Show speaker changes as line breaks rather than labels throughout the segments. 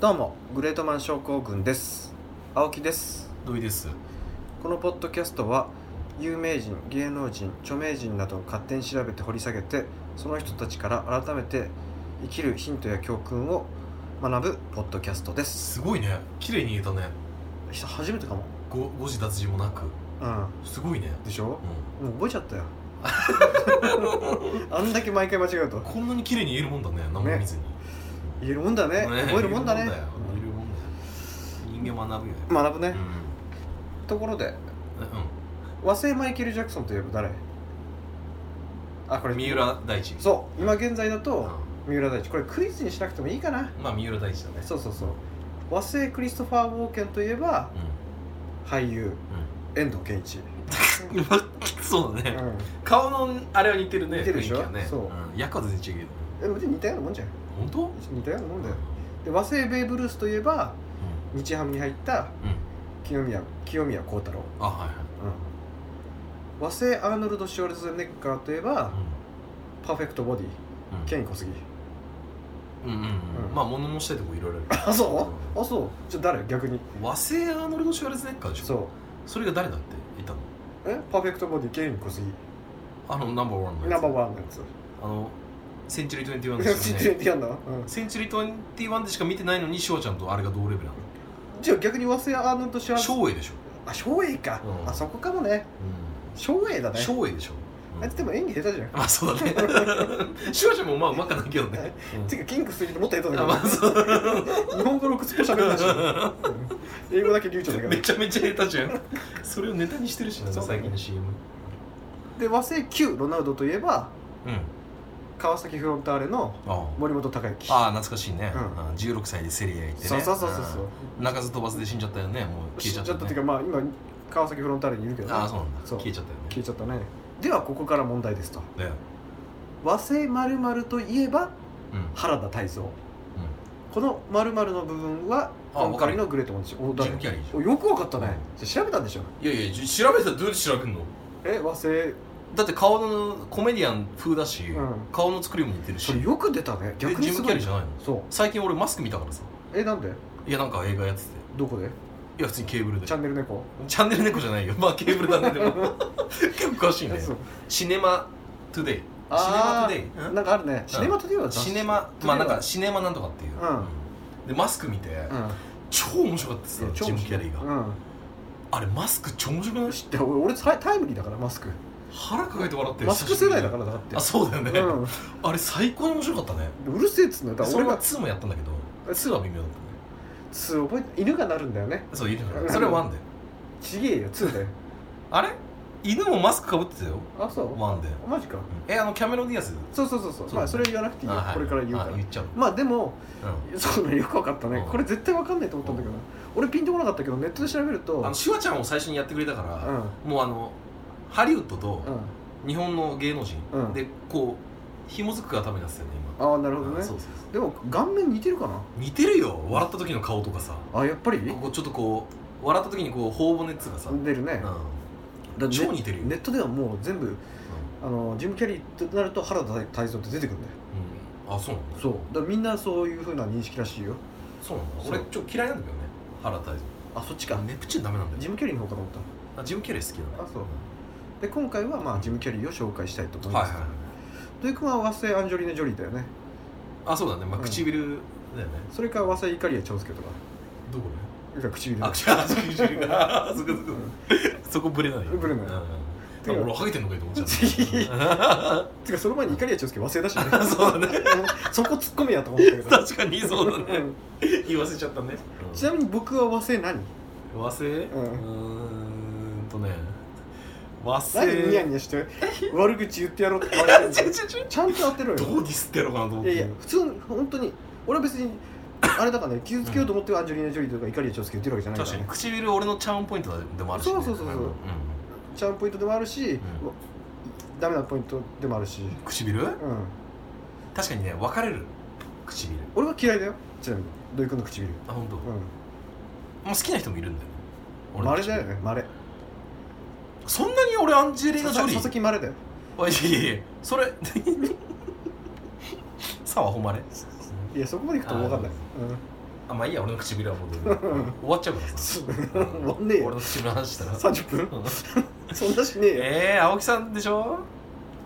どうもグレートマン症候群です青木です
土井です
このポッドキャストは有名人芸能人著名人などを勝手に調べて掘り下げてその人たちから改めて生きるヒントや教訓を学ぶポッドキャストです
すごいね綺麗に言えたね
初めてかも
ご誤字脱字もなく
うん
すごいね
でしょ
う
もう覚えちゃった よあんだけ毎回間違うと
んこんなに綺麗に言えるもんだね何も見ずに
言えるもんだね覚えるもんだね
言えるもんだよ言えるもんだよ人間学ぶよね
学ぶ
う
ね
ん、
ところで
う
和製マイケル・ジャクソンといえば誰あこれ
ん三浦大知
そう今現在だ
うん
と三浦大知これクイズにしなくてもいいかな
まあ三浦大知だね
そうそうそう和製クリストファー・ウォーケンといえば俳優遠藤憲 一、
うんうん そう
う
だね
ん、
顔のあれは似てるね
似てるでしょ
雰囲気はね
そうん
役は全然違うけど
え別に似たようなもんじゃん
本当
似たようなも
うんん
だよで和製ベイブルースといえば日ハムに入った
うん
清宮清宮幸太郎、
あはいはい
うん、和製アーノルド・シュワルツェネッガーといえば、パーフェクトボディ
うんうん
ケイン小杉
うんうんうん
うん
まあ物申したいとこいろいろある
あそうあそうじゃあ誰逆に
和製アーノルド・シュワルツェネッカーでしょ
そう
それが誰だって言ったの
えパーフェクトボディケイン小杉
あのナンバーワンのやつ
ナンバーワンのやつ
あのセンチュリー21です
知っ て
よね
るってやんだ、うん、
センチュリー21でしか見てないのに翔ちゃんとあれが同レベルな
じゃあ逆に和製アーノルド・シュ
の
ワルツェ
翔英でしょ
あ照英か、
うん
あそこかもね照英だね
翔英でしょ
あいつでも演技下手じゃん、
まあそう だね翔ちゃんもまあうまくないけどねうん
てかキングスリーもっと下手だ
あまあ
け
そう
ど日本語ロックスポ喋る し、うん英語だけ流暢だけ
め
ど
ちゃめちゃ下手じゃんそれをネタにしてるしな
そうだね
最近の CM
で和製旧ロナウドといえば
うん
川崎フロンターレの
あ
森本孝之
あああ懐かしいね
うん
うん16歳でセリア行ってね
そうそうそうそうそ
ん
う
鳴かず飛ばずで死んじゃったよねもう
死
消えちゃ
ん
っ
じゃったって
たよね
いうかまあ今川崎フロンターレにいるけどね、
ああそうなんだ
そう
消えちゃったよね
消えちゃったねではここから問題ですと
だよ
和製〇〇といえば
うん
原田泰造、この〇〇の部分は
あ
今回のグレートモンチお
ジ
誰
ム・キャリーじゃん
およくわかったね、じゃあ調べたんでしょ
いやいやじ調べたらどうやって調べんの
え和製
だって顔のコメディアン風だし、
うん
顔の作りも似てるし
それよく出たね
え
逆に
ジ
すご
ム・キャ
い
リーじゃないの
そう
最近俺マスク見たからさ
えなんで
いやなんか映画やってて
どこで
いや普通にケーブルで
チャンネル猫
チャンネル猫じ ゃないよまあケーブルだねでも結構詳しいね
そう
シネマ・トゥデイシネ
あ
マ・トゥ
ー
デイうん
なんかあるねシネマトゥデイは雑誌
シネマまあなんかシネマなんとかっていう、
うん
でマスク見て、
うんいや
超面白かったさ
超
ジム・キャリーが、あれマスク超面白くな
う
い
ん知ってる俺俺タイタイムリーだからマスク
腹抱えて笑ってる
マスク世代だ
ら
からだって
あそうだよね、
うん
あれ最高に面白かったね
でうるせえっつうのだから
それ
俺
は
が
2もやったんだけど2は微妙だったね
つ覚えて犬が鳴るんだよね
そういるか
うん
らそれは1で
ちげえよ2だよ
あれ犬もマスクかぶってたよ
あそう
1で
マジか
えあのキャメロン・ディアス
そうそうそうそう
そう
まあそれ言わなくていいよ
あはい
これから言うか
あ
ら
言っちゃう
まあでも
う
そうねよくわかったね
うん
これ絶対わかんないと思ったんだけどな俺ピンとこなかったけどネットで調べると
んあのシュワちゃんを最初にやってくれたから
う
もうあのハリウッドと
んうん
日本の芸能
う
人
ん
でこう紐づくがためになってたよね
ああなるほ
今
ど
うん
ね
そうそうそ
でも顔面似てるか
う似てるよ笑った時の顔とかさ
なあやっぱり
ここちょっとこう笑った時にこう頬骨っつうかさうん
出るねだってね
超似てるよ
ネットではもう全部あのジム・キャリーとなると原田泰造って出てくるんだよ
うんあそうなんだ
そうだからみんなそういうふうな認識らしいよ
そうなんだ
そう
俺ちょっと嫌いなんだけどね原田泰
あそっちか
造ネプチューンダメなんだよ
ジム・キャリーの方かと思った
あジム・キャリー好きだね
あそうで今回はまあジム・キャリーを紹介したいと思います、
はいはいはい
という君は和製アンジョリーナ・ジョリーだよね
あそうだねまあ
うん
唇だよね
それから和製イカリア長介とか
どこ
それから唇
あ
だ
口あ唇があそこそこ
うん
そこブレない
ブレない
うん多分俺ハゲてんのかいと思っちゃ
てかその前にイカリア長介和製だしね
っ た そうだね
うんそこ突っ込めやと思ったけど
確かにそうだ
う
ね
ん
言わせちゃったね
ちなみに僕は和製何
和製うんーんとね和製
何ニヤニヤして悪口言ってやろうって言われて
ち
ん
ょ
の
ちょちょ
ちゃんと当てろよ
どうディスってやろうかなと思っ
い
て
やいや普通本当に俺は別にあれだからね傷つけようと思ってアンジェリーナ・ジョリーとか怒りや長介言ってるわけじゃないから
確かに
ね
唇俺のチャームポイントでもあるしね
そうそうそうそうんチャームポイントでもあるし、
うん
わダメなポイントでもあるし、
唇
うん、
確かにね分かれる唇
俺は嫌いだよちなみに土井君の唇、う
あ本当。もうん好きな人もいるんだよね俺の
まれ
唇
だよねまれ
そんなに俺アンジェリーナ・
佐
ジョリー
々木まれだよ
おいいやいやいやそれ さは誉れ
いやそこまでいくと分かんない、うん、
あまあいいや俺の唇はもう全然終わっちゃうからさ
終わん ねえよ
俺の唇の話したら
30分そんなしねえよ
えー、青木さんでしょ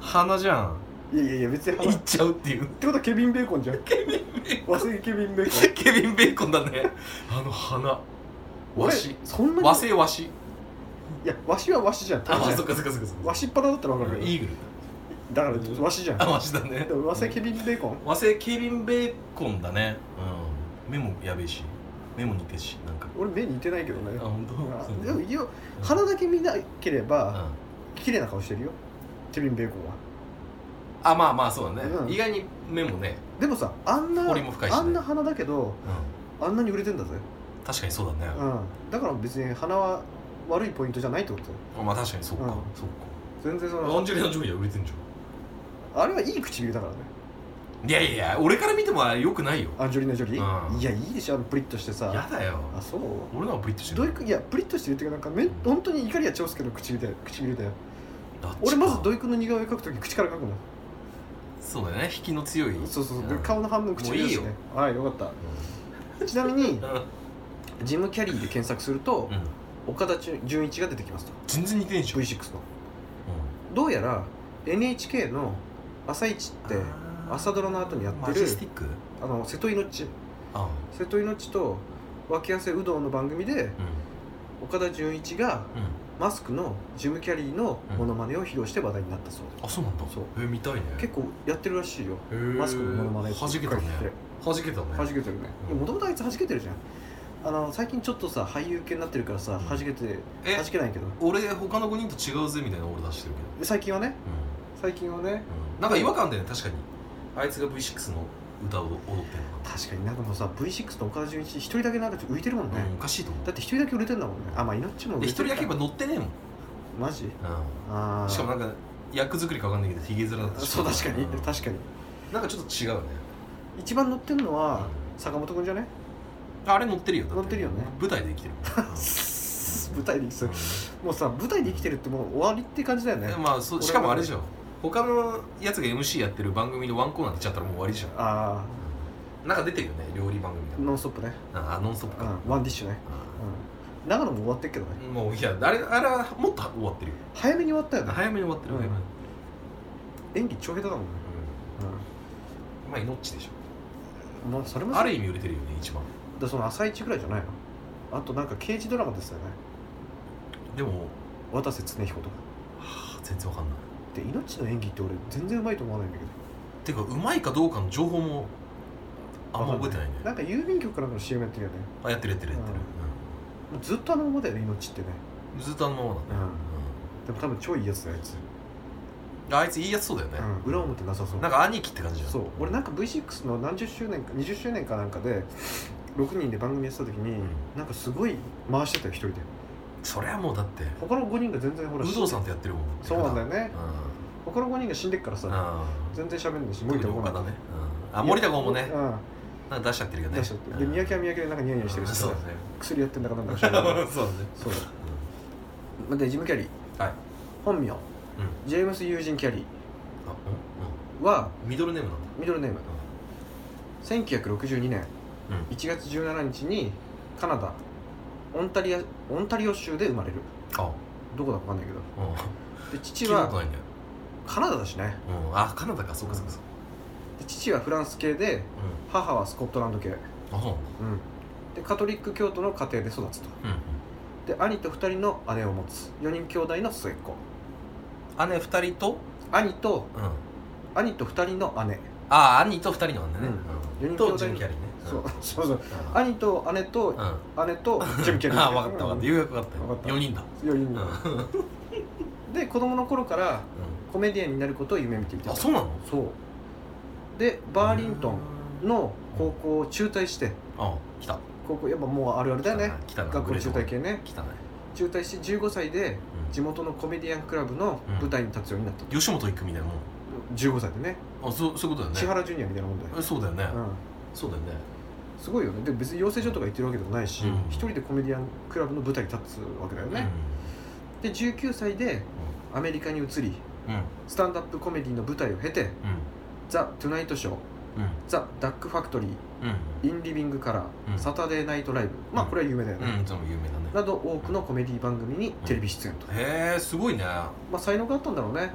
鼻じゃん
いやいやいや別に
い
話
っちゃうっていう
ってことはケビン・ベーコンじゃんケビン・ベーコン忘れケビン・ベーコン
ケビン・ベーコンだねあの鼻わし
俺そんなに
和製わし
いやわしはわしじゃん
あそっかそっかそっかそっか
わしっぱらだったら分かるけ
イーグル
どだからわしじゃん
あわしだね
でもわしはケビン・ベーコン
和製ケビン・ベーコンだねうん目もやべえし目も似てるしなんか
俺目似てないけどね
あ本
あ
当
でも一応
うん
鼻だけ見なけれ
う
ば
ん
綺麗な顔してるよケビン・ベーコンは
あまあまあそうだね、
うん
意外に目もね、
でもさあんな
彫りも深いしね
あんな鼻だけど
うん、
あんなに売れてんだぜ
確かにそうだね、
うんだから別に鼻は悪いポイントじゃないってことだよ
まあ確かにそうか、
うん
そう
全然そ
かアン
の
ジェリーナ・ジョリーは売れてんじ
あれはいい唇だからね
ゃんいやいやいや俺から見てもあれよくないよ
アンジョリーナ・ジョリー、
うん
いやいいでしょあのプリッとしてさ
やだよ
あそう
俺のはブリッジして
どうい
る
うくいやプリッとしてるっていうかなんかめ本当に怒りは長介の唇だよ唇だよ
どっちか
俺まず土井君の似顔絵描くとき口から描くの
そうだね引きの強い
そうそうそう、
ん
顔の半分唇だし
もう
ねはいよかっ
う
た ちなみに
ん
ジム・キャリーで検索すると、
うん
岡田准一が出てきますと
全然似てんじゃん、うん、
V6 のどうやら NHK の「朝一って
あー
朝ドラの後にやってる
マジェスティック
あの瀬戸命
あ
瀬戸命と脇汗うどんの番組で
うん
岡田准一が
うん
マスクのジム・キャリーのモノマネを披露して話題になったそうで
あそうなんだ
そう
え見たいね
す結構やってるらしいよ
へー
マスクのモノマネ
弾けたね弾けたね
はじけてるね
うん
もともとあいつはじけてるじゃんあの最近ちょっとさ俳優系になってるからさはじけて
え
はじけないけど
俺他の5人と違うぜみたいな俺出してるけど
最近はね最近はね
なんか違和感だよね確かにあいつが V6 の歌を踊ってるのか
確かになんかもうさ V6 の岡田准一一人だけなんかちょっと浮いてるもんね
な、うん、おかしいと思う
だって一人だけ売れてんだもんねあまあ命も売
で
れ
一
て
人
るか
だけ今乗ってねえもん、
マジ
う
あ
ん、
あ
しかもなんか役作りかわかんないけどヒゲ面だったし
そう確かに
うん
確かに
なんかちょっと違うね
一番乗ってんのは
う
坂本くんじゃ ね
んあれ乗ってるよだ
乗ってるよね
舞台で生きてる もん
舞台で生きてるもうさ舞台で生きてるってもう終わりって感じだよね
うんまあそうしかもあれでしょ他のやつが MC やってる番組のワンコーナー出ちゃったらもう終わりじゃん
あ
なんか出てるよね料理番組
あノンストップね
だあノンストップ
う
か
んワンディッシュねうん長野も終わってっけどね
うんもういやあれあれはもっと終わってるよ
早めに終わったよね
早めに終わってる
うん
早めに
演技超下手だもんね
うんまあ命でし
うんもうそれも
ょ
さ
ある意味売れてるよね一番
だその朝一ぐらいじゃないのあとなんか刑事ドラマですよね
でも
渡瀬恒彦とか
はあ全然わかんない
で命の演技って俺全然うまいと思わないんだけど
てかうまいかどうかの情報もあんま覚えてないね
なんか郵便局かなんかの CM やってるよね
あやってるやってるやってる、
もうずっとあのままだよね命ってね
うんずっとあのままだね、
でも多分超いいやつだよあいつ、
うんあいついいやつそうだよね、
うん、裏表なさそう
なんか兄貴って感じじゃん
そう俺なんか V6 の何十周年か20周年かなんかで6人で番組やってた時に、
うん
なんかすごい回してたよ一人で
それはもうだって
他の5人が全然ほら
有働さんとやってるもん
そうなんだよ
ね
ね他の5人が死んでっから
う
さ、
んうん
全然喋んないし
森
森
田
田
剛
剛
だ
だ
ね、うん、あ森田剛もね
うん
なんか出しちゃってるけどね
出しちゃってで三宅は三宅でなんかニヤニヤしてるし
そ
さ
うだね
薬やってんだかなんだか知
そう
ら
だ
ない
ねそうだね
そうだでジム・キャリー
はい
本名、
ん
ジェームス・ユージン・キャリ
あう
ーは
んうんミドルネームなんだ
ミドルネーム1962年
う
1月17日にカナダオンタリアオンタリオ州で生まれる
あ
どこだか分かんないけど
うん
で
聞
父
いたこと
は
ないんだよ
カナダだしね
うんあカナダかそうかそうかそうか
で父はフランス系で
う
母はスコットランド系うん
んあそう
でカトリック教徒の家庭で育つと
なんだ
で兄と2人の姉を持つ4人兄弟の末っ子
うん姉二人と
兄と
うん
兄と2人の姉
あ兄と二人なんだね
うん
うんとジムキャリーね
そう
うん
そうそう
うん
兄と姉と
うん あ
姉とジムキャリー
あ分かった分かったようやく分かったよ
わかった
4人だ
4人
うん
ので子供の頃からコメディアンになることを夢見ていた
あそうなの
そうでバーリントン
の
の高校を中退して
あ来た
高校やっぱもうあるあるだよね
来たな
学校中退系ね
来たね
中退して15歳で
うん
地元のコメディアンクラブの舞台に立つようになった、
吉本行くみたいなもん
15歳でね
あそうそういうことだ
千
よね
原ジュニアみたいなもんだよ、
えそうだよね
うん、
そうだよね
すごいよねで別に養成所とか行ってるわけでもないし、
うん
一人でコメディアンクラブの舞台に立つわけだよね、で19歳でアメリカに移り
うんうん
スタンダップコメディの舞台を経て
うん
「ザ・トゥナイトショー」 「ザ・ダック・ファクトリー」
う
「
ん
イン・リビング・カラー」
うん
サタデー・ナイト・ライブ」まあ
うん
これは有名だよ
うん
ね、
うんでも有名だね
など多くのコメディ番組にテレビ出演と、
へえすごいね、うん、
まあ、才能があったんだろうね、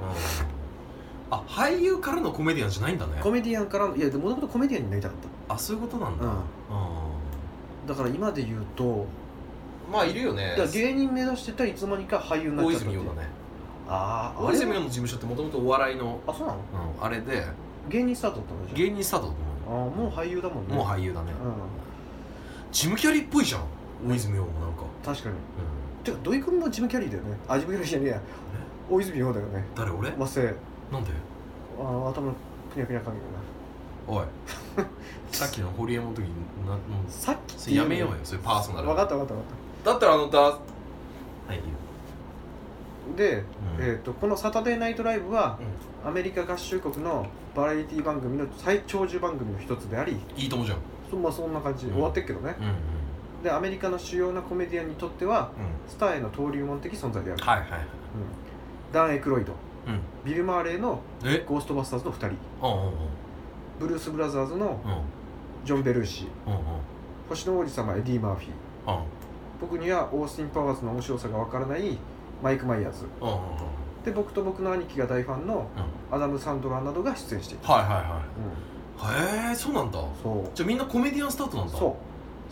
あ俳優からのコメディアンじゃないんだね
コメディアンからのいやでもともとコメディアンになりたかっ
あそういうことなん
た、
だ、
う
うん
ん、だから今で言うと
まあいるよね
だから芸人目指してたらいつの間にか俳優になっ
大
ちゃった
泉洋だね
あああ
大
れ
泉洋の事務所ってもともとお笑いの、
あそうなの
うん、あれで
芸人スタートだったのじゃん
芸人スタートだと思うよ
あーもう俳優だもんね
もう俳優だね、ジム・キャリーっぽいじゃん大泉洋もなんか、
うん、確かにてか土井君もジム・キャリーだよねあジム・キャリーじゃねえや大泉洋だよね
誰俺
和製
なんで
あー頭のくにゃくにゃ感じだな
おいさっきの堀江の時になもう
さっき
それやめようよそれパーソナル
分かった分かった分か
だったらあのだはいいいよ
ったで、
うん
えー、とこの「サタデーナイトライブは」アメリカ合衆国のバラエティ番組の最長寿番組の一つであり
いいともじゃん
そ,、まあ、そんな感じで
うん
終わってっけどね、
うんうん
でアメリカの主要なコメディアンにとっては
うん
スターへの登竜門的存在である、
はいはいは
う
い
ん、ダン・エクロイド
うん
ビル・マーレーの
え
ゴーストバスターズの2人
うんうんうん
ブルース・ブラザーズの
うん
ジョン・ベルーシー
うんうん
星の王子様エディ・マーフィー僕にはオースティン・パワーズの面白さがわからないマイク・マイヤーズ
うんうんうん
で僕と僕の兄貴が大ファンの
う
ア
ん
ダム・サンドラーなどが出演していた、
はいは
う
いはいへえそうなんだ
ん、そう
じゃあみんなコメディアンスタートなんだ
そう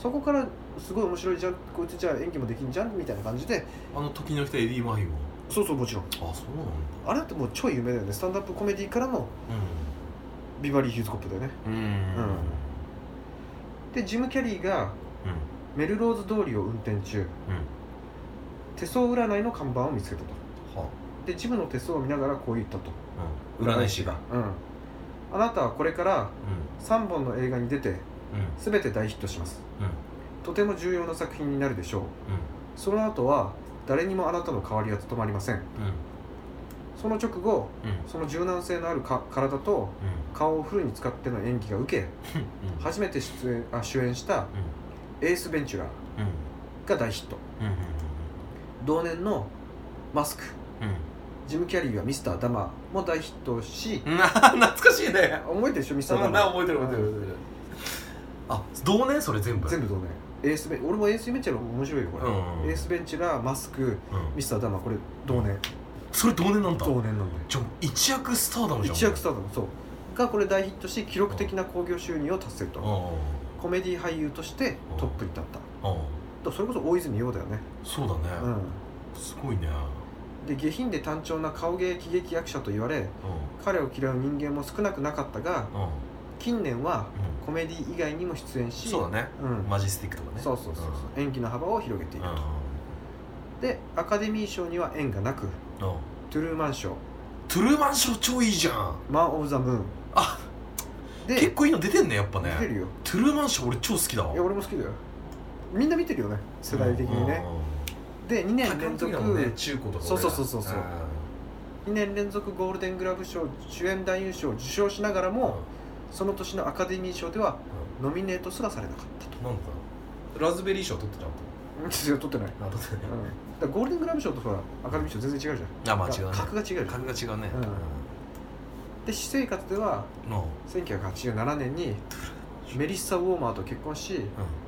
そこからすごい面白いじゃんこいつじゃあ演技もできんじゃんみたいな感じで
あの時の人エディ・マーフィーも
そうそうもちろん
あそうなんだ
あれだってもう超有名だよねスタンダップコメディからのビバリー・ヒューズ・コップだよね
うんうん
うんでジム・キャリーがメルローズ通りを運転中
うん
手相占いの看板を見つけたと
は
でジムの手相を見ながらこう言ったと
うん占い師が
うんあなたはこれから
う
3本の映画に出て
んうん
全て大ヒットします
うん
とても重要な作品になるでしょうその後は誰にもあなたの代わりは務まりません
うんうん
その直後
うん
その柔軟性のあるか体と顔をフルに使っての演技が受け
うんうん
初めて出演あ主演した
うん
エース・ベンチュラ
うん
ーが大ヒット
うん
同年のマスク
うん
ジム・キャリーはミスター・ダマーも大ヒットし
うん懐かしいね
覚えてるでしょミスタ
そ
ー・ダ
ん
マ
な
ー
覚えてる覚えてる覚えてるあ同年それ全部
全部同年エースベン俺もエース・ベンチュラー面白いよこれ、
うんうん
エース・ベンチュラーマスク
うん
ミスター・ダマーこれ同年
それ同年なんだ
同年なんで
じゃあ一躍スターダムじゃん
一躍スタートのそうがこれ大ヒットし記録的な興行収入を達成
う
と
ん
コメディ俳優としてトップに立った
うん
とそれこそ大泉洋だよね
そうだ
う
ねすごいね
んで下品で単調な顔芸喜劇役者と言われ
う
彼を嫌う人間も少なくなかったが
んうん
近年は
うん
コメディ以外にも出演し
そうだね
うん
マジスティックとかね
そうそうそうそう演技の幅を広げてい
うん
る
うん
でアカデミー賞には縁がなく
うん
トゥルーマン賞
トゥルーマンショー超いいじゃん
マン・オブ・ザ・ムーン
あ
で
結構いいの出てんねやっぱね
見てるよ
トゥルーマンショー俺超好きだわ
いや俺も好きだよみんな見てるよね世代的にね
うんうん
で2年
高
連
い時
続
だもんね中古とか
そうそうそうそうそう
う
2年連続ゴールデングラブ賞主演男優賞を受賞しながらもその年のアカデミー賞ではノミネートすらされなかったと
なんだラズベリー賞取ってたの
取ってない、
あ、取って
うん、だからゴールデングラブ賞とほらアカデミー賞全然違うじゃん
あ、まあ違うね
格が違うじゃん
格が違うね
うんで私生活では
うんの
1987年にメリッサ・ウォーマーと結婚し
うん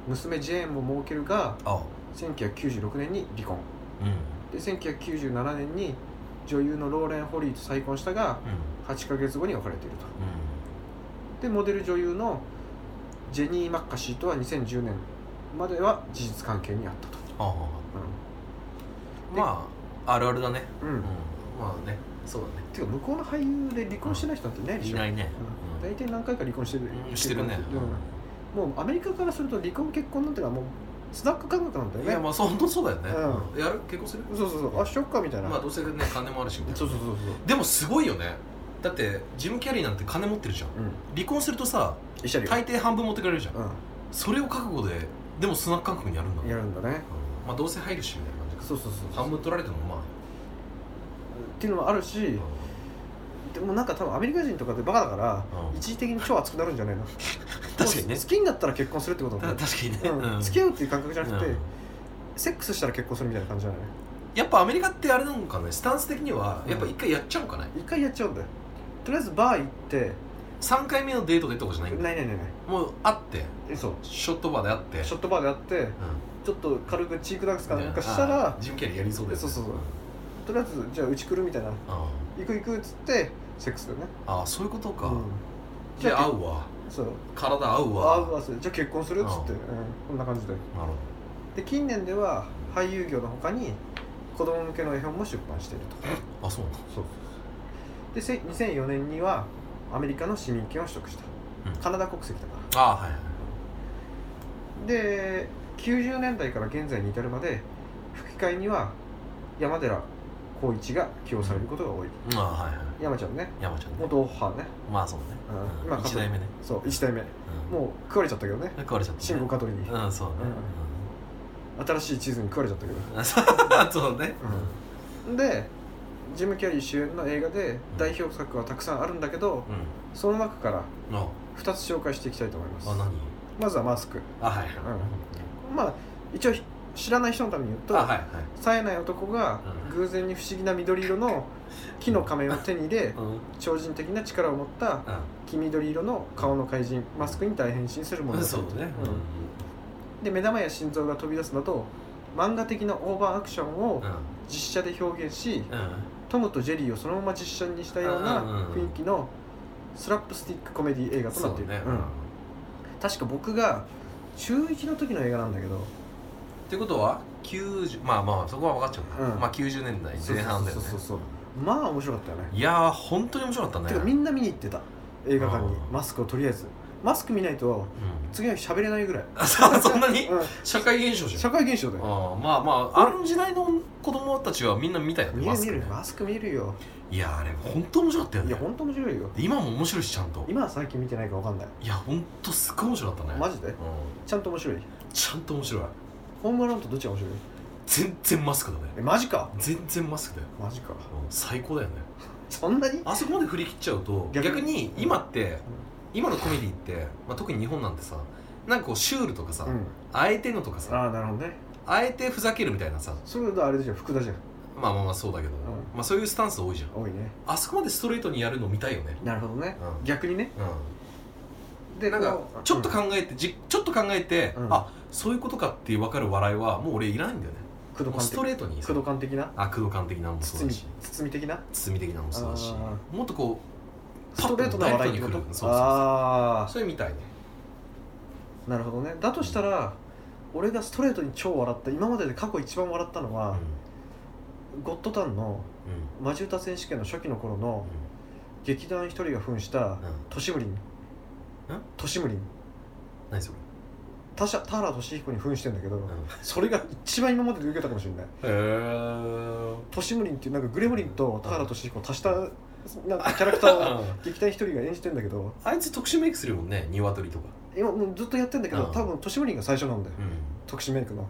娘ジェーンも設けるが
あ
1996年に離婚
うんうん
で1997年に女優のローレン・ホリーと再婚したが8ヶ月後に別れているとでモデル女優のジェニー・マッカシーとは2010年までは事実関係にあったと、
ああまああるあるだね
うん
うんまあねそうだね
てか向こうの俳優で離婚してない人なんていないでしょ
いないね
うん
う
大
ん
体何回か離婚してる、
うんしてるね
結婚うんもうアメリカからすると離婚結婚なんてのはもうスナック感覚なんだよ
い
ね
やまあそう本当そうだよね
う
うんやる結婚する
そうそうそうあしよっかみたいな、
まあどうせね金もあるしみたいな
そうそうそう
でもすごいよねだってジム・キャリーなんて金持ってるじゃん
そううん
離婚するとさ
一緒に
大抵半分持ってかれるじゃん
う
それを覚悟ででもスナック感覚にやるんだ
んやるんだね
うんまあどうせ入るしみたいな感じか
そうそうそう
半分取られてもまあ
っていうのもあるし
う
でもなんか多分アメリカ人とかってバカだから
うん
一時的に超熱くなるんじゃないの
ん確かにね
もう好きになったら結婚するってこと
た
だもん
確かにね、
うん
うん
付き合うっていう感覚じゃなくて、
うん
セックスしたら結婚するみたいな感じじゃない
やっぱアメリカってあれなのかねスタンス的には
うん
やっぱ一回やっちゃうかね、
一回やっちゃうんだよとりあえずバー行って
3回目のデートでってことじゃないんだ
ないないないない
もう会って
えそう
ショットバーで会って
ショットバーでやって
う
ちょっと軽くチークダンスか
ん
なんかしたら
あジムキャリーやりそうです
そうそうそうとりあえずじゃあうち来るみたいな
あ
行く行くっつってセックスだよね
あそういうことか、
うん
じゃあ会うわ
そう
体合うわ
ああそうじゃあ結婚するっつって、
う
うんこんな感じで
なる
で近年では俳優業のほかに子供向けの絵本も出版していると
ほどあそうなんだ
そうでせ2004年にはアメリカの市民権を取得した、
うん
カナダ国籍だか
ああはいはい
らで90年代から現在に至るまで吹き替えには山寺宏一が起用されることが多い
うんああはいはい
山ちゃんね
山ちゃんね
元オッハーね
まあそうね、
うん
う
まあ
ん、1代目ね、
そう1代目
うん、
もう食われちゃったけどね
う食われちゃった、
新
ね
語、カトリに
うんそうね、
新しい地図に食われちゃったけど
うん あそうそうね、
でジム・キャリー主演の映画で代表作はたくさんあるんだけど
うん
その中から
うん、あ
2つ紹介していきたいと思います
あ何
まずはマスク
あはいはい、
まあ一応知らない人のために言うと、
あはいはい
冴えない男が
うん
偶然に不思議な緑色の木の仮面を手に入れ
うんうん
超人的な力を持った黄緑色の顔の怪人マスクに大変身するも
う
の
ん
だ
そうね、
で目玉や心臓が飛び出すなど漫画的なオーバーアクション
う
を
んうん
実写で表現し、
うん
トムとジェリーをそのまま実写にしたような
うんうんうん
雰囲気のスラップスティックコメディ映画とな
そ
って
う
いる、
ね、
うん
っ
確か僕が中1の時の映画なんだけど
てことは90まあまあそこは分かっちゃうな、
うん
まあ90年代前半だよ
そ
ね
うそうそうそうまあ面白かったよね
いやー本当に面白かったね
てかみんな見に行ってた映画館に
うん
マスクをとりあえずマスク見ないと
うん
次の日喋れないぐらい、
あそそんなに
う
社会現象
ん、
じゃ
社
ん
会現象だよ
あーまあまああの時代の子供たちはみんな見たよね
見
マ
る
ス
見
クね
るマスク見るよ
いやーあれ本当面白かったよ
い
ね
やほんと面白いよ
今も面白いしちゃんと
今は最近見てないかわかんない
いや本当すっごい面白かったね
マジで
うん
ちゃんと面白い
ちゃんと面白い
ホームランとどっちが面白い
全然マスクだね
えマジか
全然マスクだよ
マジか
うん最高だよね
そんなに
あそこまで振り切っちゃうと逆
逆
に
に
今って今のコメディって、まあ、特に日本なんてさなんかこうシュールとかさ、
うん
あえてのとかさ
ああなるほどね
あえてふざけるみたいなさ
それだとあれでしょ福田じゃん
まあまあまあそうだけど、まあそういうスタンス多いじゃん
多いね
あそこまでストレートにやるの見たいよね
なるほどね
うん、うん
逆にねで
なんか
こう
ちょっと考えて、じちょっと考えて、
うん
あそういうことかって分かる笑いはもう俺いらないんだよね
うん駆動
もう
感
ス
的
トレートに
駆動感的な
あ空間的なのもそ
包
うだ
み
し
包み的な
包み的なのもそうだし
あ
もっとこう
ストレートな笑いってこと
パッとダイレクトに来るそうそうそう
あ
それみたいね
あなるほどねだとしたら俺がストレートに超笑った今までで過去一番笑ったの
うん
はゴッドタンの魔獣歌選手権の初期の頃の劇団一人が扮した
うんうん
トシムリントシムリン
何それ
他社田原俊彦に扮してんだけど
うん
それが一番今までで受けたかもしれない
へー
トシムリンっていうなんかグレムリンと田原俊彦を足したなんかキャラクタ ーを劇団一人が演じてんだけど
あいつ特殊メイクするもんね鶏とか
今もうずっとやってんだけど、
うん
多分としむりんが最初なんだよ、特殊メイクの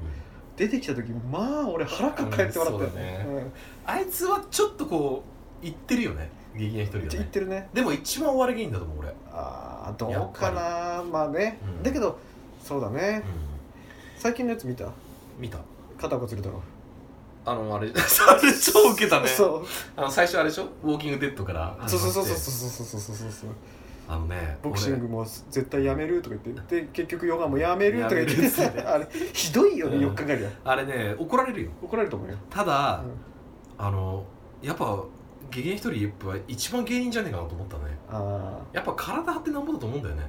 出てきた時まあ俺腹抱えて笑ったよね,、
う
うん
あいつはちょっとこう言ってるよね劇団一人
言
だね
ってるね
でも一番お笑い芸人だと思う俺
ああどうかなまあね、
うん
だけどそうだね最近のやつ見た
見た
肩骨るだろ
あ のあれあれ超ウケたね
そう
あの最初あれでしょウォーキングデッドから
そうそうそうそう
う
そうそうそうそうそう
あのね
ボクシングも絶対やめるとか言ってで結局ヨガもやめるとか言っ
やめる
て
っつってね
あれひどいよね、
うん
よく考えりゃ
俺あれね怒られるよ
怒られると思うよ、
ただ、
うん
あのやっぱ劇団一人やっぱ一番芸人じゃねえかなと思ったね
ああ
やっぱ体張ってなんぼだと思うんだよね、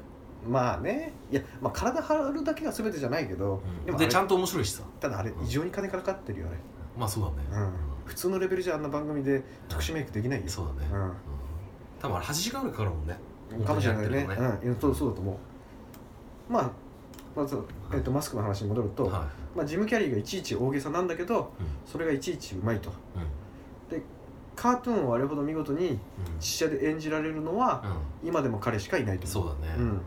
まあねいや、まあ、体張るだけが全てじゃないけど、でもあ
で
れ
ちゃんと面白いしさ
ただあれ
うん
異常に金かかってるよね、
まあそうだ
う
ね、
ん、普通のレベルじゃあんな番組で特殊メイクできないよ、
そうだね、うん多分あれ8時間ぐらいかかるもんね
うん、かもしれないね
本当にやって
うんいやそうそうだと思うまあまず、えっとマスクの話に戻ると、
は
まあ、ジム・キャリーがいちいち大げさなんだけど
い、うん
それがいちいちうまいと
うん
カートゥーンをあれほど見事に実写で演じられるのは
う
今でも彼しかいないと
ん、そうだね
うん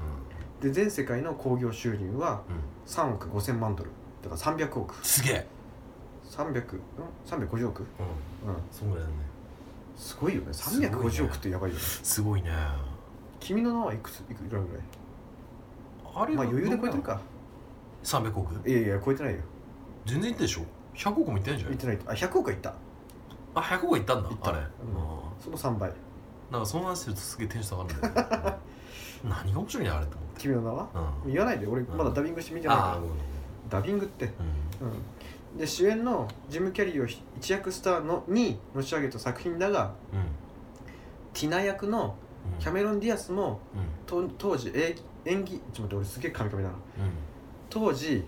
で全世界の興行収入は
うん
3億5000万ドルだから300億
すげえ、
300ん350億、
う
う
ん、
ん、
そんぐらいだね
すごいよね
すごいね
350億ってやばいよね
すごいね
君の名はいくついくいくらぐらい
あれ
まあ余裕で超えてるか
300億
いやいや超えてないよ
全然いったでしょ100億もいってないんじゃ
行
な
っ
い
てないあ100億はいった
あ100億はいったんだ
いった
あれ、
うん
あ
その3倍
ーなんかその話するとすげえテンション上がるんだよね何が面白いんやあれと思って
君の名は
うん
言わないで俺まだダビングして見てない
ああ
か
ごめ
ら
ん
ダビングって
う
うんで主演のジム・キャリーを一躍スターのにのし上げた作品だが
んうん
ティナ役の
うん
キャメロン・ディアスも
うん
と当時演技演技ちょっと待って俺すげえカミカミだな当時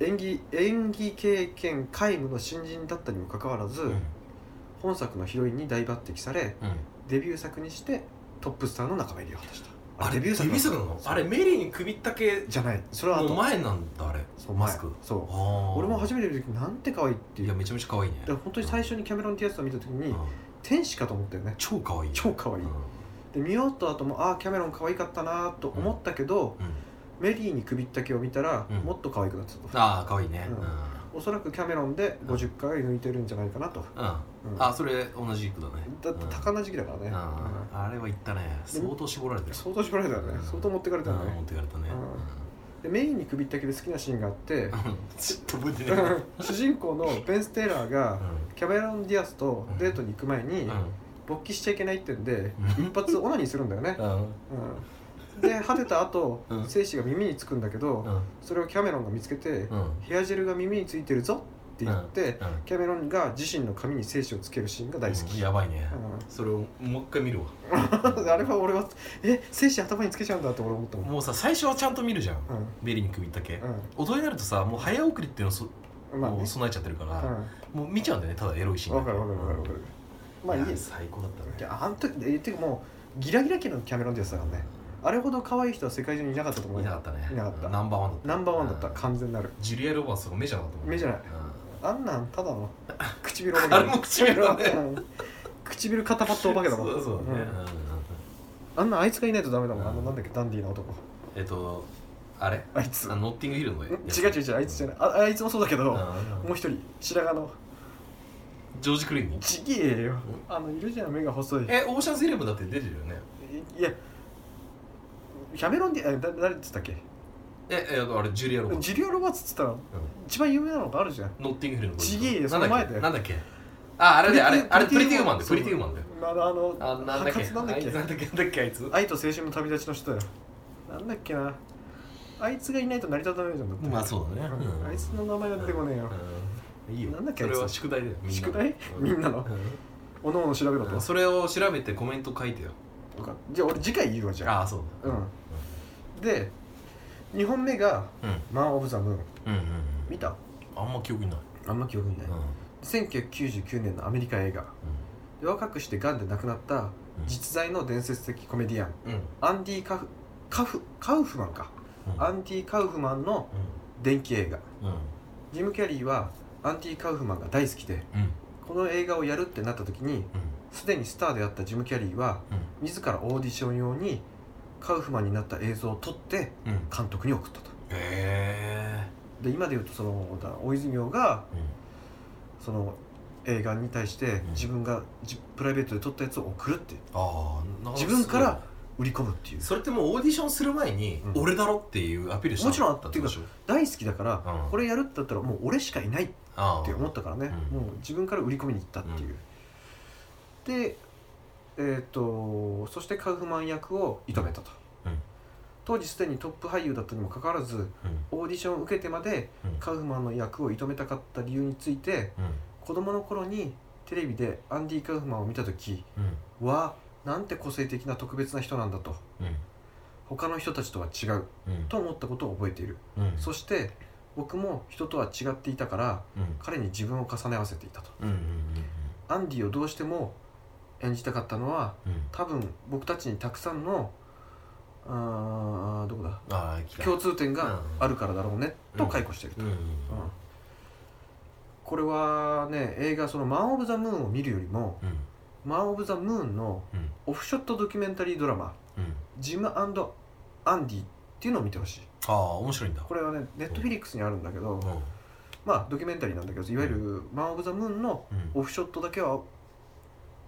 うん
演技演技経験皆無の新人だったにもかかわらず、
うん
本作のヒロインに大抜擢され
うん
デビュー作にしてトップスターの仲間入りを果たした
あれデビュー作なの
そう
あれメリーに首ったけ
じゃないそれは
もう
後
前なんだあれ
そう
マ
前
スク
そう
ああ
俺も
め
初めて見る時なんて可愛いって
て
いう
いやめ
ち
ちゃめちゃ可愛いね
だから本当に最初にキャメロン・ディアスを見た時に、
うん
天使かと思ったよね
超可愛い
超可愛い
うん
で見終わった後もああキャメロン可愛かったなーと思ったけど、
うん
メリーに首ったけを見たら、
うん
もっと可愛くなってたと
ああ可愛いね
う
うんん
おそらくキャメロンで50回抜いてるんじゃないかなと、
うんあ
うん
あそれ同じ句だね
だって高菜時期だからね、
うんあああれは言ったね相当絞られた
うん
よ
相当絞られたよね相当持ってかれたよ
うん持
ね
ってかれたね
う
うんん
でメインに首ったけで好きなシーンがあって
ちょっと覚えてない
主人公のベン・ステイラーが
う
キャメロン・ディアスとデートに行く前に
んうん
勃起しちゃいけないってんで
うん
一発オナニーするんだよね、
うん
うん、で果てた後
うん
精子が耳につくんだけど
うん
それをキャメロンが見つけて
うん
「ヘアジェルが耳についてるぞ」って言って
うん
キャメロンが自身の髪に精子をつけるシーンが大好
うん
き、
やばいね
うん
それをもう一回見るわ
あれは俺はえ精子頭につけちゃうんだって俺思ったもん、
もうさ最初はちゃんと見るじゃん
うん
ベリーに首ったけ
う
大人になるとさもう早送りっていうのをそ
ん、まあ
も
ね
う備えちゃってるか
う
ら
ん
もう見ちゃうんだよねただエロいシーン
わかるわかるわかるわかるまあいい
や
です
最高だったね
いやあん時えてかもうギラギラ期のキャメロン・ディアスだからねあれほど可愛い人は世界中にいなかったと思う
い
よ
なかったね
いなかった
ナンバーワンだった
ナンバーワンだった
うん
完全なる
ジュリア・ロバーツとか目じゃなかったもんね
目じゃない
うん
あんなんただ の唇お化け
あ
だ
れ
も
も
ん
唇だね
うん唇固まったお化けだもん
そうそうね
ん
うん
あんなあいつがいないとダメだもんあの
うん
なんだっけダンディーな男
えっとあれ
あいつ
あノッティングヒルの
違う
やつ
違う違うあいつじゃないああいつもそうだけど
うん
もう一人白髪の
ジョージ・クリーニー
ちぎえよあのいるじゃん目が細い
えオーシャンズイレブンだって出てるよね
いいやキャメロンディあだ誰っつったっけ
ええっとあれジュリア・ロバーツ
ジュリア・ロバーツっつったら一番有名なのがあるじゃん
ノッティングヒルの
ちげえよ
なんだっ
その前
け
だよ
なんだっけああれであれあれプリティウーマンだよ
そ
プ
う
リティウーマンだよ
あのあの
あなんだっ
ハ
け
カツなんだっ
あい
け
つなんだっけなんだっけあいつ
愛と青春の旅立ちの人だよなんだっけなあいつがいないと成り立たないじゃんだって
まあそうだね
うんあいつの名前が出てこねえよ
うんいいよ
なんだっけあ
そ
いつ
れは宿題だよみんな
宿題
うん
みんなのおのおの調べろ
う
と
ん
そ
それを調べてコメント書いてよ
うかじゃあ俺次回言うわじゃあ
ああそうだ
うんで2本目が
うん
「マン・オブ・ザ・ムーン
うんうん」
見た
あんま記憶にない
あんま記憶にない1999年のアメリカ映画で若くして癌で亡くなった実在の伝説的コメディアン
うんうん
アンディ・カフカフカウフマンかアンティ・カウフマンの電気映画
うんうん
ジム・キャリーはアンティ・カウフマンが大好きで
うん
この映画をやるってなった時にすでにスターであったジム・キャリーは自らオーディション用にカウフマンになった映像を撮って
うんうん
監督に送ったと
へえ
で今で言うとそのだ大泉洋がその映画に対して
うん
自分がじプライベートで撮ったやつを送るって
ああ
自分から売り込むっていう
それってもうオーディションする前に
うん
俺だろっていうアピールした
もちろんあった
ってことでしょ
大好きだから
うん
これやるってだったらもう俺しかいない
ああ
って思ったからね、
うん
もう自分から売り込みに行ったっていう、でえっ、とそしてカウフマン役を射止めたと、
うん
当時すでにトップ俳優だったにもかかわらず
うん
オーディションを受けてまで
うん
カウフマンの役を射止めたかった理由について子供の頃にテレビでアンディ・カウフマンを見た時
うん
はなんて個性的な特別な人なんだと
うん
他の人たちとは違う
うん
と思ったことを覚えている、
うん
そして僕も人とは違っていたから
うん
彼に自分を重ね合わせていたと
うんうん
アンディをどうしても演じたかったのは
うんうん
多分僕たちにたくさんのあーどこだ
ああ来た
共通点があるからだろうね、
うん
と解雇していると、
うんうん
うんこれはね映画その「マン・オブ・ザ・ムーン」を見るよりも
うん
「マン・オブ・ザ・ムーン」の
うん
オフショットドキュメンタリードラマ
うん
「ジムアンディ」っていうのを見てほしい
ああ面白いんだ
これはねネットフィリックスにあるんだけど、
うん
まあドキュメンタリーなんだけどいわゆる「マン・オブ・ザ・ムーン」の
うん
オフショットだけは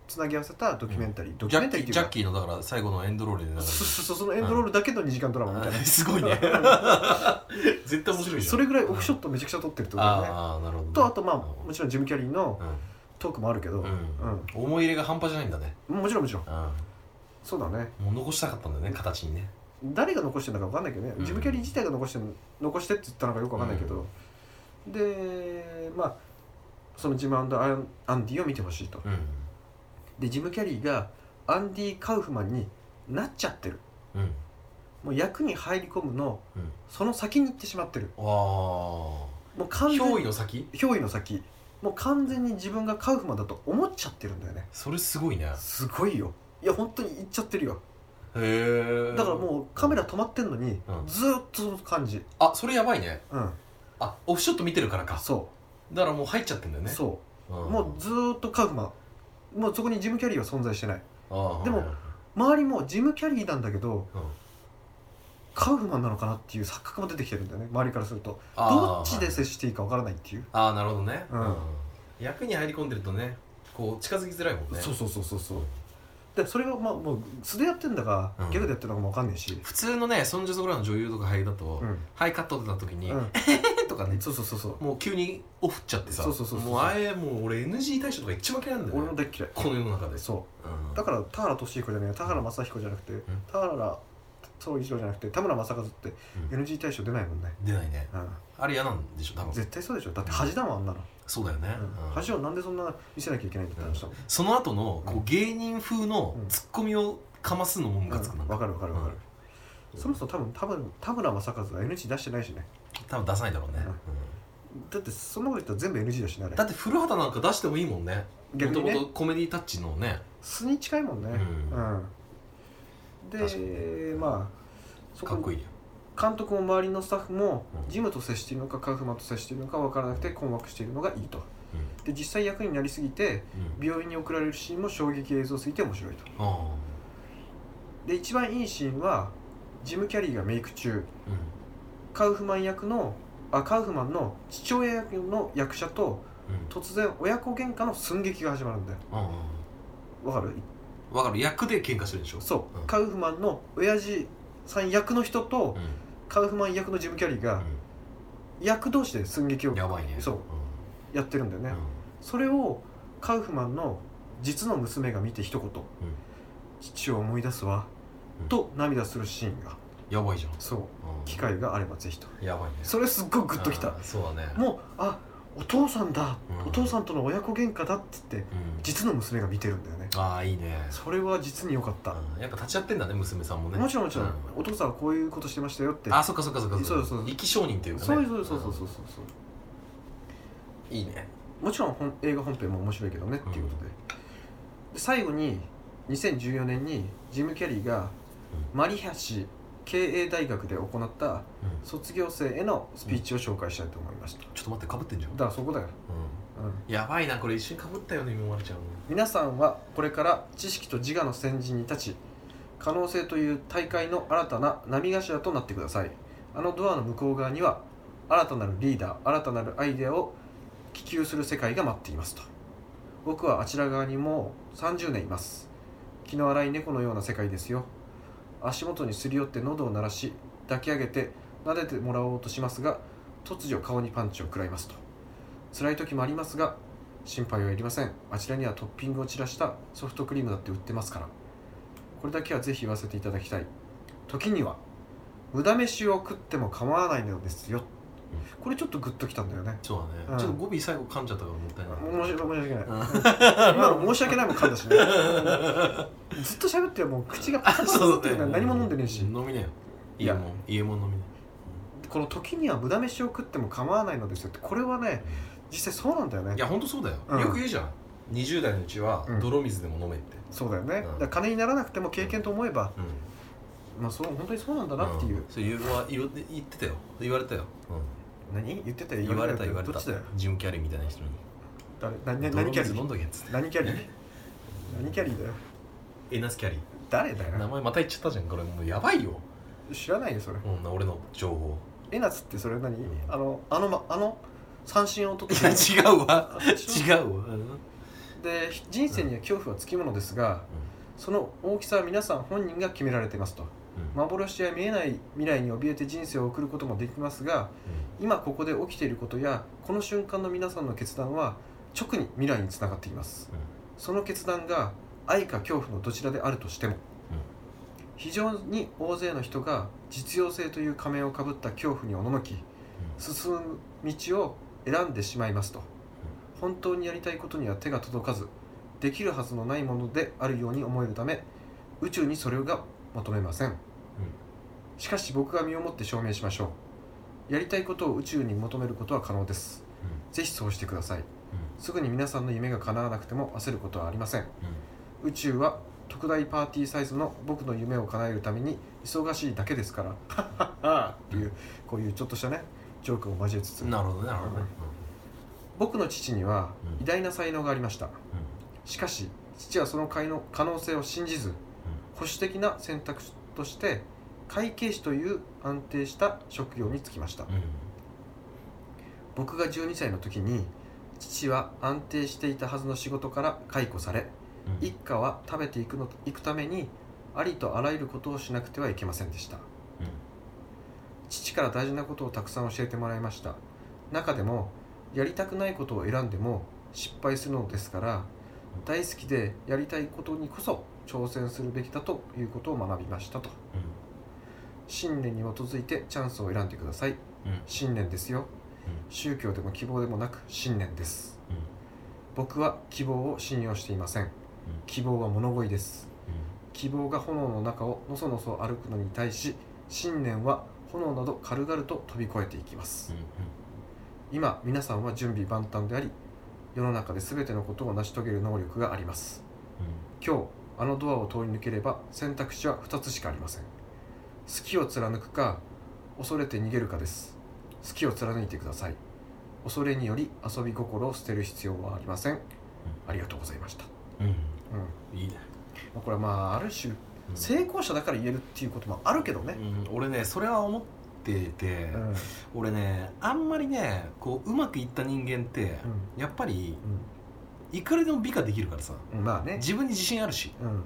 つなぎ合わせたドキュメンタリー、ドキ
ジ
ュ
ャ
メン
ッ
タ
キ
リー
ー
ってい
ジ
う
ャ
か
ッキーのだから最後のエンドロールで流れてる
そうそうそうそのエンドロールだけの2時間ドラマみたいな、
あすご いね絶対面白いじゃん
それぐらいオフショッ
ト
トめちゃくちゃ撮ってるってことだよね
ああなるほどね
とあとまあもちろんジム・キャリーの
う
トークもあるけど、
んうん思い入れが半端じゃないんだね
もちろんもちろん
うん
そうだね
もう残したかったんだよね形にね
誰が残してるのか分かんないけどね、
うん
ジム・キャリー自体が残してん残してって言ったのかよく分かんないけど、でまあそのジムアンドアンアンディを見てほしいと
うん
でジム・キャリーがアンディ・カウフマンになっちゃってる
うん
もう役に入り込むの
うん
その先に行ってしまってる
わ
もう
あ
完全
脅威の先
憑依の先もう完全に自分がカウフマンだと思っちゃってるんだよね
それすごいねへ
すごいよいや本当に行っちゃってるよ
え
だからもうカメラ止まってんのに、
うん
ずーっとその感じ
あそれやばいね
うん
あオフショット見てるからか
そ
だからもう入っちゃってんだよ
う、
ね
そ
うん
うもうずーっとカウフマンもうそこにジム・キャリーは存在してない
ああ
でも
うん
周りもジム・キャリーなんだけどカウフマンなのかなっていう錯覚も出てきてるんだよね周りからすると
ああ
どっちで接していいかわからないっていう、
ああなるほどね
うん
役に入り込んでるとねこう近づきづらいもんね
そうそうそうそうそうでそれがまあもう素でやってんだか、
うん
ギャグでやってるのかもわかんないし
普通のねソン・ジュソぐらいの女優とか俳優だと
うん、
ハイカットってなった時に
う
「
ん、
えっ?」とかね
そうそうそうそう
もう急にオフっちゃってさ
そうそうそうそう
もうあれもう俺 NG 対象とか一番嫌いなんだよ
俺
ね
も大っ嫌い
この世の中で
そう
うん
だから田原俊彦じゃない田原正彦じゃなくて、田原総一郎じゃなくて田村正和って
うん
NG 対象出ないもんね、
出ないね
うん、
あれ嫌なんでしょ多分
絶対そうでしょだって恥だもんあんなの、
そうだよね
うん
うん
恥をなんでそんな見せなきゃいけないんだって話だもん、
その後のこ
う
うん芸人風の
うん
ツッコミをかますのもムカつくな
わかるわかるわかる、
うん
そもそも多分多分田村正和は NG 出してないしね
多分出さないだろうね
うん
うん
だってそんなこと言ったら全部 NG だしねあれ
だって古畑なんか出してもいいもんねも
逆
と
に
もと
ね
コメディタッチのね
素に近いもんね
う
うん、
確かに
でまあそ
かっこいいよ
監督も周りのスタッフも
うん
ジムと接しているのかカウフマンと接しているのか分からなくて困惑しているのがいいと
うん
で実際役になりすぎて
うん
病院に送られるシーンも衝撃映像すぎて面白いと
あ
で一番いいシーンはジム・キャリーがメイク中
あうん
カウフマン役のあカウフマンの父親役の役者と
うん
突然親子喧嘩の寸劇が始まるんだよ
うん
わかる
うんわかる役で喧嘩してるでしょ
そう、
うん
カウフマンの親父さん役の人と、
うん
カウフマン役のジム・キャリーが
う
役同士で寸劇を
んやばいね
そうやってるんだよね、
うんうん
それをカウフマンの実の娘が見て一言、父を思い出すわ、
うん
と涙するシーンが
やばいじゃん
そう
うん
機会があればぜひと
やばいね
それすっごいグッとき
あ
た
ーそうだね
もうあお父さんだ、
うん
お父さんとの親子喧嘩だっつって
うん
実の娘が見てるんだよね
ああいいね
それは実に良かった、
うんやっぱ立ち会ってんだね娘さんもね
もちろんもちろん、
う
お父さんはこういうことしてましたよって
あそっかそっかそっか
そうそうそう
生き証人っていうかね
そうそうそうそうそうそうそう
うんいいね
もちろん本映画本編も面白いけどねっていうことで,、で最後に2014年にジム・キャリーがマリハ市経営大学で行った
うん
卒業生へのスピーチを紹介したいと思いました、
ちょっと待ってかぶってんじゃん
だからそこだよ、
う
うん、
んやばいなこれ一瞬かぶったよね今まるちゃん
皆さんはこれから知識と自我の先陣に立ち可能性という大会の新たな波頭となってくださいあのドアの向こう側には新たなるリーダー新たなるアイデアを希求する世界が待っていますと僕はあちら側にもう30年います気の荒い猫のような世界ですよ足元にすり寄って喉を鳴らし抱き上げて撫でてもらおうとしますが突如顔にパンチを食らいますと辛い時もありますが心配はいりませんあちらにはトッピングを散らしたソフトクリームだって売ってますからこれだけはぜひ言わせていただきたい時には無駄飯を食っても構わないのですよこれちょっとグッときたんだよね
そう
う
だね、
ん
ちょっと語尾最後噛んじゃったからもったいない
申し申し訳ない今
今
の申し訳ないもん噛んだしねずっと喋ってもう口が パサパサになってるから何も飲んでねえし
飲みなよ
い
家
や
も家も飲みな
この時には無駄飯を食っても構わないのですよってこれはね実際そうなんだよね
いやほんとそうだよ、
うん
よく言うじゃん20代のうちは
うん
泥水でも飲めって、
そうだよね、
うん
だから金にならなくても経験と思えば、
うん
まあそう本当にそうなんだなっていう、
んそれ言うわ言う言ってたよ言われたよ、
何言ってた
言われた言われ
ど
た
っちだよ
ジムキャリーみたいな人に
誰何何
泥
何キャリ
水飲ん
ー
どけっつって
何キャリー何キャリーだよ
エナスキャリ
誰だ
ー名
よ
前また言っちゃったじゃんこれもうやばいよ
知らないよそれ
うん俺の情 報
えなつってそれ何あのあのまあの三振を取っ
い
て
や
る
違うわ
あれでしょ
違うわうん
で人生には恐怖はつきものですが、その大きさは皆さん本人が決められていますと幻や見えない未来に怯えて人生を送ることもできますが今ここで起きていることやこの瞬間の皆さんの決断は直に未来につながっています、
うん
その決断が愛か恐怖のどちらであるとしても、非常に大勢の人が実用性という仮面をかぶった恐怖におののき進む道を選んでしまいますと本当にやりたいことには手が届かずできるはずのないものであるように思えるため宇宙にそれが求めません、しかし僕が身をもって証明しましょうやりたいことを宇宙に求めることは可能です、
う
ぜひそうしてくださいすぐに皆さんの夢が叶わなくても焦ることはありません宇宙は特大パーティーサイズの僕の夢を叶えるために忙しいだけですからはっはっはっていうこういうちょっとしたねジョークを交えつつ
うんなるほどねなるほどね
僕の父には
うん
偉大な才能がありました
うん
しかし父はその可能可能性を信じず保守的な選択肢として会計士という安定した職業に就きました
うんうん
僕が12歳の時に父は安定していたはずの仕事から解雇され
うん
一家は食べていくのいくためにありとあらゆることをしなくてはいけませんでした
うん
父から大事なことをたくさん教えてもらいました中でもやりたくないことを選んでも失敗するのですから大好きでやりたいことにこそ挑戦するべきだということを学びましたと信念に基づいてチャンスを選んでください
うんうん
信念ですよ
うん
宗教でも希望でもなく信念です
うん
僕は希望を信用していません希望は物乞いです希望が炎の中をのそのそ歩くのに対し信念は炎など軽々と飛び越えていきます、
うん
今皆さんは準備万端であり世の中で全てのことを成し遂げる能力があります今日あのドアを通り抜ければ選択肢は2つしかありません好きを貫くか恐れて逃げるかです好きを貫いてください恐れにより遊び心を捨てる必要はありませんありがとうございました、
うんうん
うんま
うんいいね
あ、これはまあある種
うん
成功者だから言えるっていうこともあるけどね、
うん俺ねそれは思ってて
うんうん
俺ねあんまりねこううまくいった人間ってやっぱりいくらでも美化できるからさ
うんまあね、
自分に自信あるし
うん、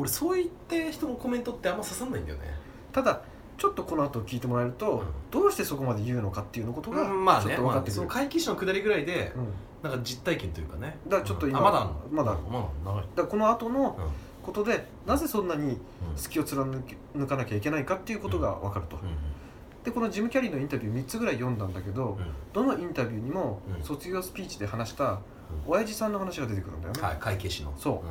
俺そういった人のコメントってあんま刺さんないんだよね
ただちょっとこの後聞いてもらえると、
うん
どうしてそこまで言うのかっていうのことが
うんまあ
ちょっ
ね
と分か
ま
っ
あ
てく
そ
る
の、会議士の下りぐらいで
うんだ
なんか実体験というかね
だからちょっと今
うんあまだあんの
まだある
うんまだ長い
からこの後の
うん
ことでなぜそんなに
うん
好きを貫き抜かなきゃいけないかっていうことが分かると、でこのジム・キャリーのインタビュー3つぐらい読んだんだけど、
うん
どのインタビューにも
うん
卒業スピーチで話した親父さんの話が出てくるんだよね、
はい会計士の
そ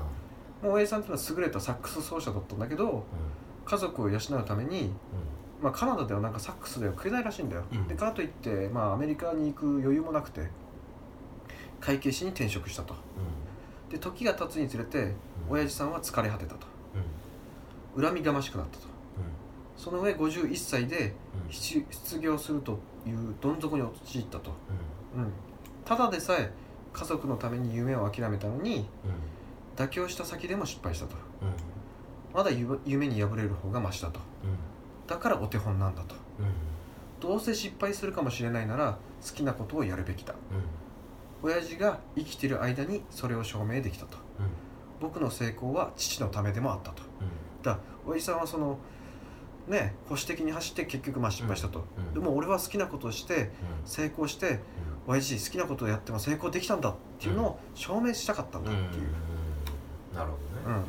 うんもう親父さんっていうのは優れたサックス奏者だったんだけど家族を養うために、まあ、カナダではなんかサックスでは食えないらしいんだよ、
うん
でからといって、まあ、アメリカに行く余裕もなくて会計士に転職したと
うんうん
で時が経つにつれて
うん
親父さんは疲れ果てたと
うん
恨みがましくなったと
うん
その上51歳で
うん
失失業するというどん底に陥ったと、うん、ただでさえ家族のために夢を諦めたのに
うん
妥協した先でも失敗したと
うん
まだゆ夢に破れる方がマシだとだからお手本なんだと
うんうん
どうせ失敗するかもしれないなら好きなことをやるべきだ親父が生きてる間にそれを証明できたと
うんうん
僕の成功は父のためでもあったとだから親父さんはそのね保守的に走って結局まあ失敗したと、
うんうん
でも俺は好きなことをして成功して親父好きなことをやっても成功できたんだっていうのを証明したかったんだ
うんうん
っていう、
なるほ
う
ど
ん
ね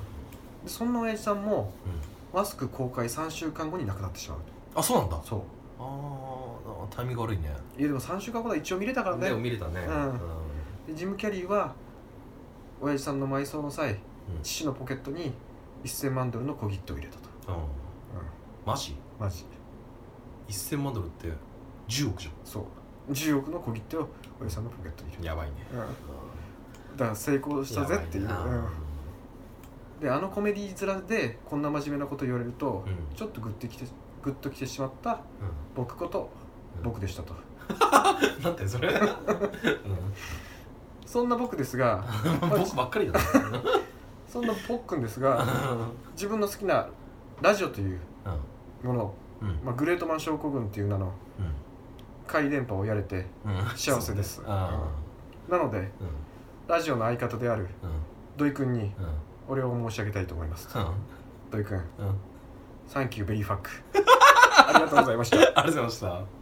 でそんな親父さんも
うん
マスク公開3週間後に亡くなってしまう
あそうなんだ
そう
あータイミング悪いね
いやでも3週間後は一応見れたからね
でも見れたね
うんでジム・キャリーは親父さんの埋葬の際
うん
父のポケットに1000万ドルの小切手を入れたと、
うんマジ
マジ
1000万ドルって10億じ
そう10億の小切手を親父さんのポケットに入れ
ゃんやばいね
た、うん、だから成功したぜっていう、
やばな
うん、であのコメディ面でこんな真面目なこと言われると、
うん
ちょっとグッてきてグッときてしまった
う
僕こと
ん
僕でしたと、
うんなんてそれうん
そんな僕ですが
僕ばっかりだね
そんな僕くんです
う
が
ん
自分の好きなラジオというもの、
うん
まあ、グレートマン症候群っていう名の
うん
回電波をやれて
うん
幸せです
そうねあ
なので
ーうん
ラジオの相方である
うん
土井くんに
うん
お礼を申し上げたいと思います土井くん
うんうん
サンキューベリーファックありがとうございました
ありがとうございました